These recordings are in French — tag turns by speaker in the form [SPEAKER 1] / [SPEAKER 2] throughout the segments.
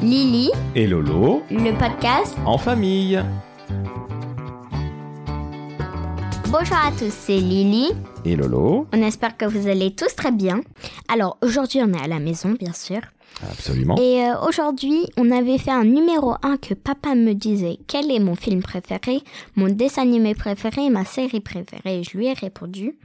[SPEAKER 1] Lily,
[SPEAKER 2] et Lolo
[SPEAKER 1] le podcast.
[SPEAKER 2] en famille.
[SPEAKER 1] Bonjour à tous, c'est Lily.
[SPEAKER 2] Et Lolo
[SPEAKER 1] On espère que vous allez tous très bien. Alors aujourd'hui, on est à la maison, bien sûr.
[SPEAKER 2] Absolument.
[SPEAKER 1] Et euh, aujourd'hui, on avait fait un numéro 1 que papa me disait quel est mon film préféré, mon dessin animé préféré, ma série préférée. Je lui ai répondu.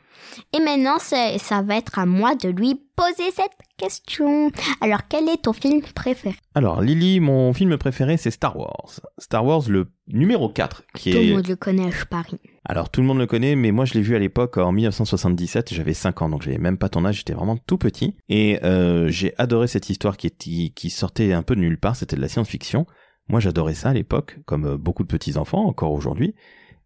[SPEAKER 1] Et maintenant, c'est- ça va être à moi de lui poser cette question. Alors, quel est ton film préféré
[SPEAKER 2] Alors Lily, mon film préféré c'est Star Wars. Star Wars le numéro 4 qui
[SPEAKER 1] Tout le
[SPEAKER 2] est...
[SPEAKER 1] monde le connaît, je parie.
[SPEAKER 2] Alors tout le monde le connaît mais moi je l'ai vu à l'époque en 1977, j'avais 5 ans donc j'avais même pas ton âge, j'étais vraiment tout petit. Et euh, j'ai adoré cette histoire qui, était- qui sortait un peu de nulle part, c'était de la science-fiction. Moi j'adorais ça à l'époque, comme euh, beaucoup de petits enfants encore aujourd'hui.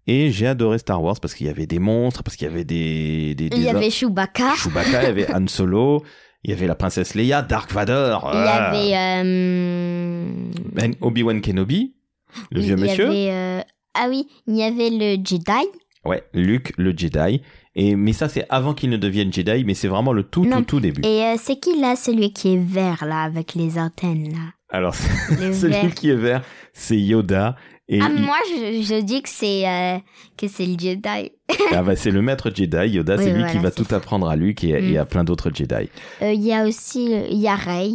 [SPEAKER 2] Et j'ai adoré Star Wars parce qu'il y avait des monstres, parce qu'il y avait des... des, des
[SPEAKER 1] Il y avait Chewbacca,
[SPEAKER 2] Chewbacca, il y avait Han Solo, il y avait la princesse Leia, Dark Vador,
[SPEAKER 1] il y
[SPEAKER 2] ah,
[SPEAKER 1] avait... euh,
[SPEAKER 2] Ben- Obi-Wan Kenobi, le vieux
[SPEAKER 1] il y
[SPEAKER 2] monsieur,
[SPEAKER 1] avait, euh, Ah oui, il y avait le Jedi.
[SPEAKER 2] ouais, Luke le Jedi. Et mais ça c'est avant qu'il ne devienne Jedi, mais c'est vraiment le tout
[SPEAKER 1] Non.
[SPEAKER 2] tout tout début.
[SPEAKER 1] Et euh, c'est qui là Celui qui est vert là, avec les antennes là.
[SPEAKER 2] Alors
[SPEAKER 1] Le vert.
[SPEAKER 2] celui qui est vert, c'est Yoda. Et
[SPEAKER 1] Ah,
[SPEAKER 2] il-
[SPEAKER 1] moi, je, je dis que c'est euh, que c'est le Jedi.
[SPEAKER 2] ah bah, c'est le maître Jedi. Yoda,
[SPEAKER 1] Oui,
[SPEAKER 2] c'est lui
[SPEAKER 1] voilà,
[SPEAKER 2] qui va
[SPEAKER 1] c'est
[SPEAKER 2] tout
[SPEAKER 1] ça.
[SPEAKER 2] apprendre à Luke et,
[SPEAKER 1] Mm.
[SPEAKER 2] et à plein d'autres Jedi.
[SPEAKER 1] Euh, Il y a aussi euh, il y a Rey.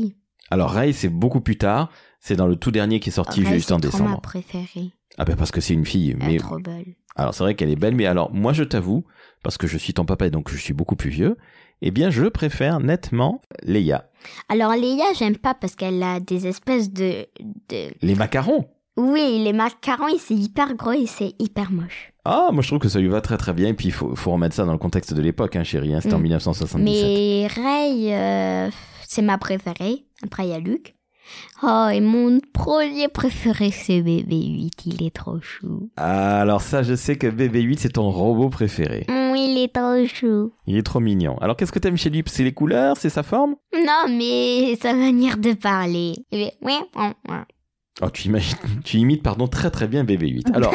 [SPEAKER 2] Alors Rey, c'est beaucoup plus tard. C'est dans le tout dernier qui est sorti
[SPEAKER 1] Rey,
[SPEAKER 2] juste en
[SPEAKER 1] c'est trop ma
[SPEAKER 2] décembre.
[SPEAKER 1] préférée.
[SPEAKER 2] Ah bah parce que c'est une fille,
[SPEAKER 1] Elle est
[SPEAKER 2] mais
[SPEAKER 1] trop belle.
[SPEAKER 2] Alors c'est vrai qu'elle est belle, mais alors moi je t'avoue, parce que je suis ton papa et donc je suis beaucoup plus vieux, eh bien je préfère nettement Leia.
[SPEAKER 1] Alors Leia, j'aime pas parce qu'elle a des espèces de de
[SPEAKER 2] Les macarons
[SPEAKER 1] oui, les macarons, et c'est hyper gros et c'est hyper moche.
[SPEAKER 2] Ah, moi je trouve que ça lui va très très bien, et puis il faut, faut remettre ça dans le contexte de l'époque, hein, chérie, hein, c'était en
[SPEAKER 1] Mm.
[SPEAKER 2] 1977.
[SPEAKER 1] Mais Rey, euh, c'est ma préférée. Après il y a Luke. Oh, et mon premier préféré, c'est BB-8. Il est trop chou.
[SPEAKER 2] Alors ça, je sais que BB-8 c'est ton robot préféré.
[SPEAKER 1] Mm, il est trop chou.
[SPEAKER 2] Il est trop mignon. Alors qu'est-ce que t'aimes chez lui C'est les couleurs, c'est sa forme
[SPEAKER 1] Non, mais sa manière de parler. Oui, oui, oui, oui.
[SPEAKER 2] Oh, tu, imagines, tu imites pardon très très bien
[SPEAKER 1] Ah,
[SPEAKER 2] BB-8. Alors,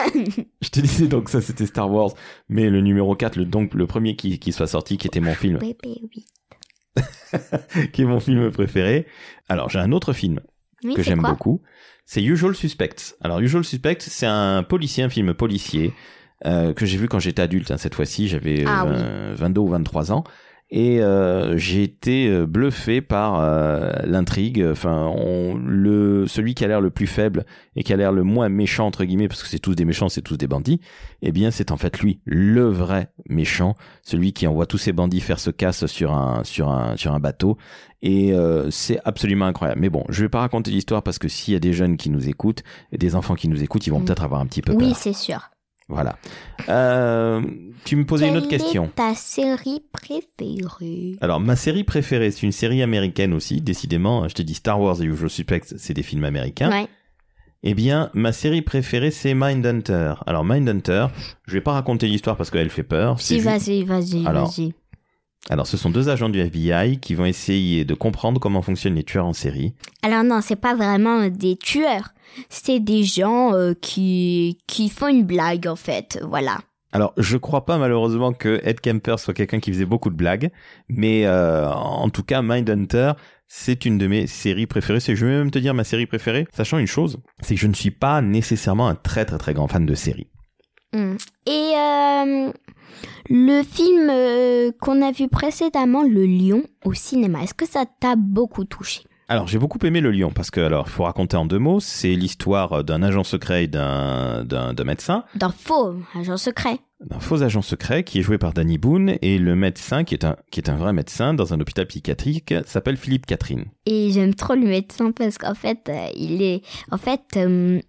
[SPEAKER 2] je te disais donc ça c'était Star Wars, mais le numéro 4, le, donc le premier qui, qui soit sorti, qui était mon film
[SPEAKER 1] Bébé, oui.
[SPEAKER 2] qui est mon film préféré. Alors, j'ai un autre film
[SPEAKER 1] Oui,
[SPEAKER 2] que
[SPEAKER 1] c'est
[SPEAKER 2] j'aime
[SPEAKER 1] quoi
[SPEAKER 2] beaucoup. C'est Usual Suspects. Alors, Usual Suspects, c'est un policier, un film policier euh, que j'ai vu quand j'étais adulte. hein, cette fois-ci, j'avais euh,
[SPEAKER 1] Ah oui.
[SPEAKER 2] 20 22 ou 23 ans. Et euh, j'ai été euh, bluffé par euh, l'intrigue. Enfin, on, le celui qui a l'air le plus faible et qui a l'air le moins méchant entre guillemets, parce que c'est tous des méchants, c'est tous des bandits. Eh bien, c'est en fait lui, le vrai méchant, celui qui envoie tous ses bandits faire ce casse sur un sur un sur un bateau. Et euh, c'est absolument incroyable. Mais bon, je vais pas raconter l'histoire parce que s'il y a des jeunes qui nous écoutent, et des enfants qui nous écoutent, ils vont
[SPEAKER 1] Mm.
[SPEAKER 2] peut-être avoir un petit peu
[SPEAKER 1] Oui,
[SPEAKER 2] peur.
[SPEAKER 1] c'est sûr.
[SPEAKER 2] Voilà. Euh, tu me posais une autre
[SPEAKER 1] Quelle
[SPEAKER 2] question.
[SPEAKER 1] est ta série préférée
[SPEAKER 2] Alors, ma série préférée, c'est une série américaine aussi, décidément. Je t'ai dit Star Wars et Usual Suspects, c'est des films américains.
[SPEAKER 1] Ouais.
[SPEAKER 2] Eh bien, ma série préférée, c'est Mindhunter. Alors, Mindhunter, je vais pas raconter l'histoire parce qu'elle fait peur. C'est
[SPEAKER 1] Si,
[SPEAKER 2] ju-
[SPEAKER 1] vas-y, vas-y,
[SPEAKER 2] Alors,
[SPEAKER 1] vas-y.
[SPEAKER 2] Alors, ce sont deux agents du FBI qui vont essayer de comprendre comment fonctionnent les tueurs en série.
[SPEAKER 1] Alors non, c'est pas vraiment euh, des tueurs. C'est des gens euh, qui qui font une blague en fait, voilà.
[SPEAKER 2] Alors, je crois pas malheureusement que Ed Kemper soit quelqu'un qui faisait beaucoup de blagues, mais euh, en tout cas, Mindhunter, c'est une de mes séries préférées. C'est, je vais même te dire ma série préférée, sachant une chose, c'est que je ne suis pas nécessairement un très très très grand fan de séries.
[SPEAKER 1] Mm. Et euh, le film euh, qu'on a vu précédemment, Le Lion au cinéma, est-ce que ça t'a beaucoup touché
[SPEAKER 2] Alors, j'ai beaucoup aimé Le Lion parce que, alors, faut raconter en deux mots, c'est l'histoire d'un agent secret et d'un d'un d'un médecin,
[SPEAKER 1] Dans Faux, agent secret.
[SPEAKER 2] d'un faux agent secret qui est joué par Danny Boone et le médecin qui est un qui est un vrai médecin dans un hôpital psychiatrique s'appelle Philippe Catherine.
[SPEAKER 1] Et j'aime trop le médecin parce qu'en fait, euh, il est. En fait, euh,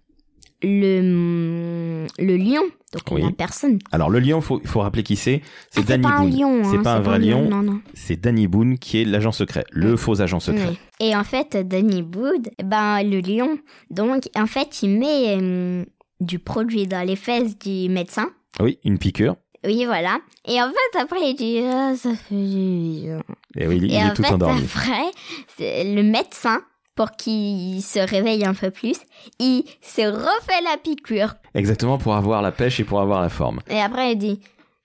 [SPEAKER 1] le, le lion, donc
[SPEAKER 2] Oui.
[SPEAKER 1] la personne.
[SPEAKER 2] Alors, Le Lion, faut faut rappeler qui c'est.
[SPEAKER 1] Ah,
[SPEAKER 2] C'est Danny
[SPEAKER 1] pas un
[SPEAKER 2] Boone.
[SPEAKER 1] lion.
[SPEAKER 2] C'est
[SPEAKER 1] hein,
[SPEAKER 2] pas un vrai lion.
[SPEAKER 1] Non, non.
[SPEAKER 2] c'est Danny Boone qui est l'agent secret, le
[SPEAKER 1] Mm.
[SPEAKER 2] faux agent secret.
[SPEAKER 1] Oui. Et en fait, Danny Wood, ben, le lion, donc, en fait, il met euh, du produit dans les fesses du médecin.
[SPEAKER 2] Ah Oui, une piqûre.
[SPEAKER 1] Oui, voilà. Et en fait, après, il dit Ah, ça fait du bien.
[SPEAKER 2] Et Eh oui, il,
[SPEAKER 1] Et
[SPEAKER 2] il est
[SPEAKER 1] en
[SPEAKER 2] tout
[SPEAKER 1] fait,
[SPEAKER 2] endormi.
[SPEAKER 1] après, c'est le médecin, pour qu'il se réveille un peu plus, il se refait la piqûre.
[SPEAKER 2] Exactement pour avoir la pêche et pour avoir la forme.
[SPEAKER 1] Et après, elle dit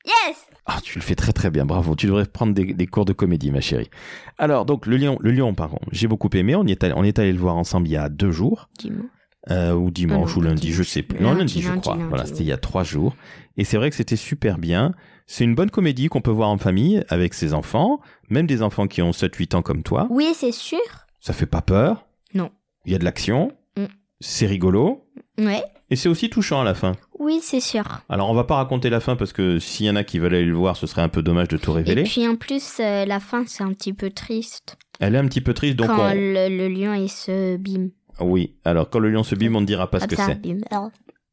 [SPEAKER 1] Yes
[SPEAKER 2] Ah, tu le fais très très bien, bravo. Tu devrais prendre des, des cours de comédie, ma chérie. Alors, donc, le lion, le lion, pardon, j'ai beaucoup aimé. On y est allé, on est allé le voir ensemble il y a deux jours.
[SPEAKER 1] Dis-moi.
[SPEAKER 2] Euh, ou dimanche
[SPEAKER 1] Ah non,
[SPEAKER 2] ou lundi,
[SPEAKER 1] lundi.
[SPEAKER 2] je sais plus.
[SPEAKER 1] Lundi,
[SPEAKER 2] non, lundi, je
[SPEAKER 1] lundi,
[SPEAKER 2] crois.
[SPEAKER 1] lundi,
[SPEAKER 2] voilà,
[SPEAKER 1] oui.
[SPEAKER 2] c'était il y a trois jours. Et c'est vrai que c'était super bien. C'est une bonne comédie qu'on peut voir en famille avec ses enfants, même des enfants qui ont 7-8 ans comme toi.
[SPEAKER 1] Oui, c'est sûr.
[SPEAKER 2] Ça fait pas peur.
[SPEAKER 1] Non.
[SPEAKER 2] Il y a de l'action.
[SPEAKER 1] Mm.
[SPEAKER 2] C'est rigolo.
[SPEAKER 1] Ouais.
[SPEAKER 2] Et c'est aussi touchant à la fin.
[SPEAKER 1] Oui, c'est sûr.
[SPEAKER 2] Alors on va pas raconter la fin parce que s'il y en a qui veulent aller le voir, ce serait un peu dommage de tout révéler.
[SPEAKER 1] Et puis en plus, euh, la fin, c'est un petit peu triste.
[SPEAKER 2] Elle est un petit peu triste, donc
[SPEAKER 1] quand
[SPEAKER 2] on-
[SPEAKER 1] le, le lion, il se bime.
[SPEAKER 2] oui. Alors quand le lion se bime, on ne dira pas ce
[SPEAKER 1] Hop,
[SPEAKER 2] que
[SPEAKER 1] Ah, ça,
[SPEAKER 2] c'est.
[SPEAKER 1] bim. Alors,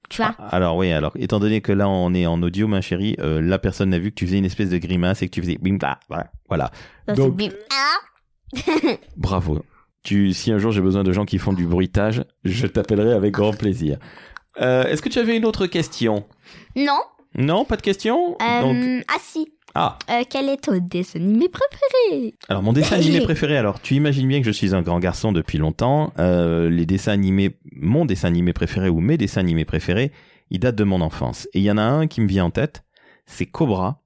[SPEAKER 1] Tu vois
[SPEAKER 2] Alors oui, alors étant donné que là on est en audio, ma chérie, euh, la personne n'a vu que tu faisais une espèce de grimace et que tu faisais bim bah, bah, voilà.
[SPEAKER 1] Ça, c'est
[SPEAKER 2] Donc-
[SPEAKER 1] bim. Ah
[SPEAKER 2] Bravo. Tu, si un jour j'ai besoin de gens qui font du bruitage, je t'appellerai avec grand plaisir. Euh, Est-ce que tu avais une autre question
[SPEAKER 1] Non.
[SPEAKER 2] Non, pas de question.
[SPEAKER 1] euh,
[SPEAKER 2] Donc
[SPEAKER 1] Ah si.
[SPEAKER 2] ah,
[SPEAKER 1] Euh, quel est ton dessin animé préféré
[SPEAKER 2] alors mon dessin animé préféré. Alors tu imagines bien que je suis un grand garçon depuis longtemps. Euh, les dessins animés, mon dessin animé préféré ou mes dessins animés préférés, ils datent de mon enfance. Et il y en a un qui me vient en tête, c'est Cobra.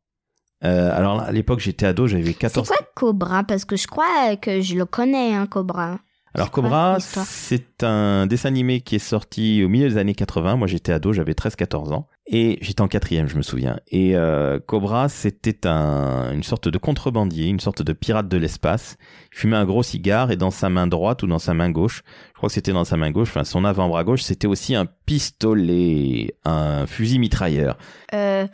[SPEAKER 2] Euh, alors là, à l'époque j'étais ado, j'avais
[SPEAKER 1] C'est
[SPEAKER 2] 14
[SPEAKER 1] quoi Cobra Parce que je crois euh, que je le connais, hein, Cobra.
[SPEAKER 2] Alors
[SPEAKER 1] quoi
[SPEAKER 2] Cobra,
[SPEAKER 1] l'histoire
[SPEAKER 2] c'est un dessin animé qui est sorti au milieu des années 80. Moi, j'étais ado, j'avais 13-14 ans. Et j'étais en quatrième, je me souviens. Et euh, Cobra, c'était un, une sorte de contrebandier, une sorte de pirate de l'espace. Il fumait un gros cigare et dans sa main droite ou dans sa main gauche, je crois que c'était dans sa main gauche, enfin son avant-bras gauche, c'était aussi un pistolet, un fusil mitrailleur.
[SPEAKER 1] Euh,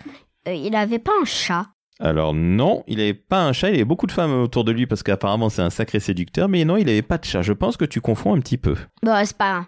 [SPEAKER 1] euh, il avait pas un chat.
[SPEAKER 2] Alors non, il n'avait pas un chat, il avait beaucoup de femmes autour de lui parce qu'apparemment c'est un sacré séducteur, mais non, il n'avait pas de chat. Je pense que tu confonds un petit peu.
[SPEAKER 1] Bon, c'est pas grave.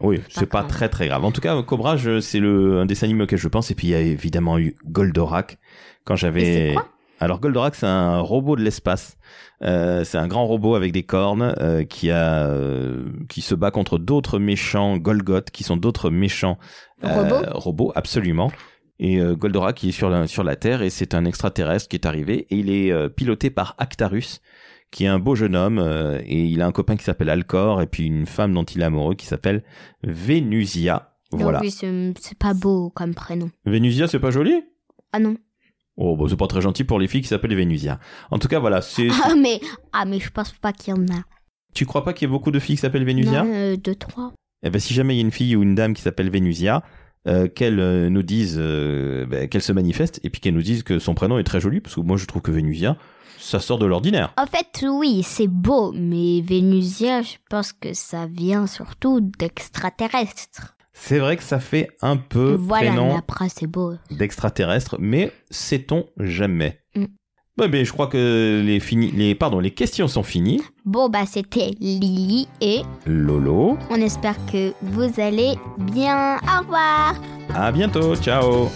[SPEAKER 2] Oui, c'est pas
[SPEAKER 1] grave.
[SPEAKER 2] très très grave. En tout cas, Cobra, je- c'est le un dessin animé auquel je pense. Et puis il y a évidemment eu Goldorak quand
[SPEAKER 1] Et c'est
[SPEAKER 2] j'avais.
[SPEAKER 1] quoi
[SPEAKER 2] Alors Goldorak, c'est un robot de l'espace. Euh, c'est un grand robot avec des cornes euh, qui a euh, qui se bat contre d'autres méchants Golgoth, qui sont d'autres méchants
[SPEAKER 1] Robots
[SPEAKER 2] robots, Euh, absolument. Et euh, Goldorak, il est sur la, sur la Terre et c'est un extraterrestre qui est arrivé et il est euh, piloté par Actarus, qui est un beau jeune homme euh, et il a un copain qui s'appelle Alcor et puis une femme dont il est amoureux qui s'appelle Vénusia.
[SPEAKER 1] Donc
[SPEAKER 2] Voilà.
[SPEAKER 1] Ah oui, c'est c'est pas beau comme prénom.
[SPEAKER 2] Vénusia, c'est pas joli
[SPEAKER 1] Ah non.
[SPEAKER 2] Oh, bah, c'est pas très gentil pour les filles qui s'appellent Vénusia. En tout cas, voilà. c'est
[SPEAKER 1] Ah mais, ah, mais je pense pas qu'il y en a.
[SPEAKER 2] Tu crois pas qu'il y ait beaucoup de filles qui s'appellent Vénusia
[SPEAKER 1] Non, euh, deux, trois.
[SPEAKER 2] Eh ben, si jamais il y a une fille ou une dame qui s'appelle Vénusia, euh, qu'elle euh, nous dise, euh, ben, qu'elle se manifeste, et puis qu'elle nous dise que son prénom est très joli, parce que moi je trouve que Vénusia, ça sort de l'ordinaire.
[SPEAKER 1] En fait, oui, c'est beau, mais Vénusien, je pense que ça vient surtout d'extraterrestres.
[SPEAKER 2] C'est vrai que ça fait un peu
[SPEAKER 1] Voilà, mais
[SPEAKER 2] E, prénom
[SPEAKER 1] après, c'est beau.
[SPEAKER 2] d'extraterrestre, mais sait-on jamais
[SPEAKER 1] Mm.
[SPEAKER 2] Ouais, ben, je crois que les, fini- les, pardon, les questions sont finies.
[SPEAKER 1] Bon, bah, c'était Lily et
[SPEAKER 2] Lolo,
[SPEAKER 1] on espère que vous allez bien. Au revoir
[SPEAKER 2] à bientôt, ciao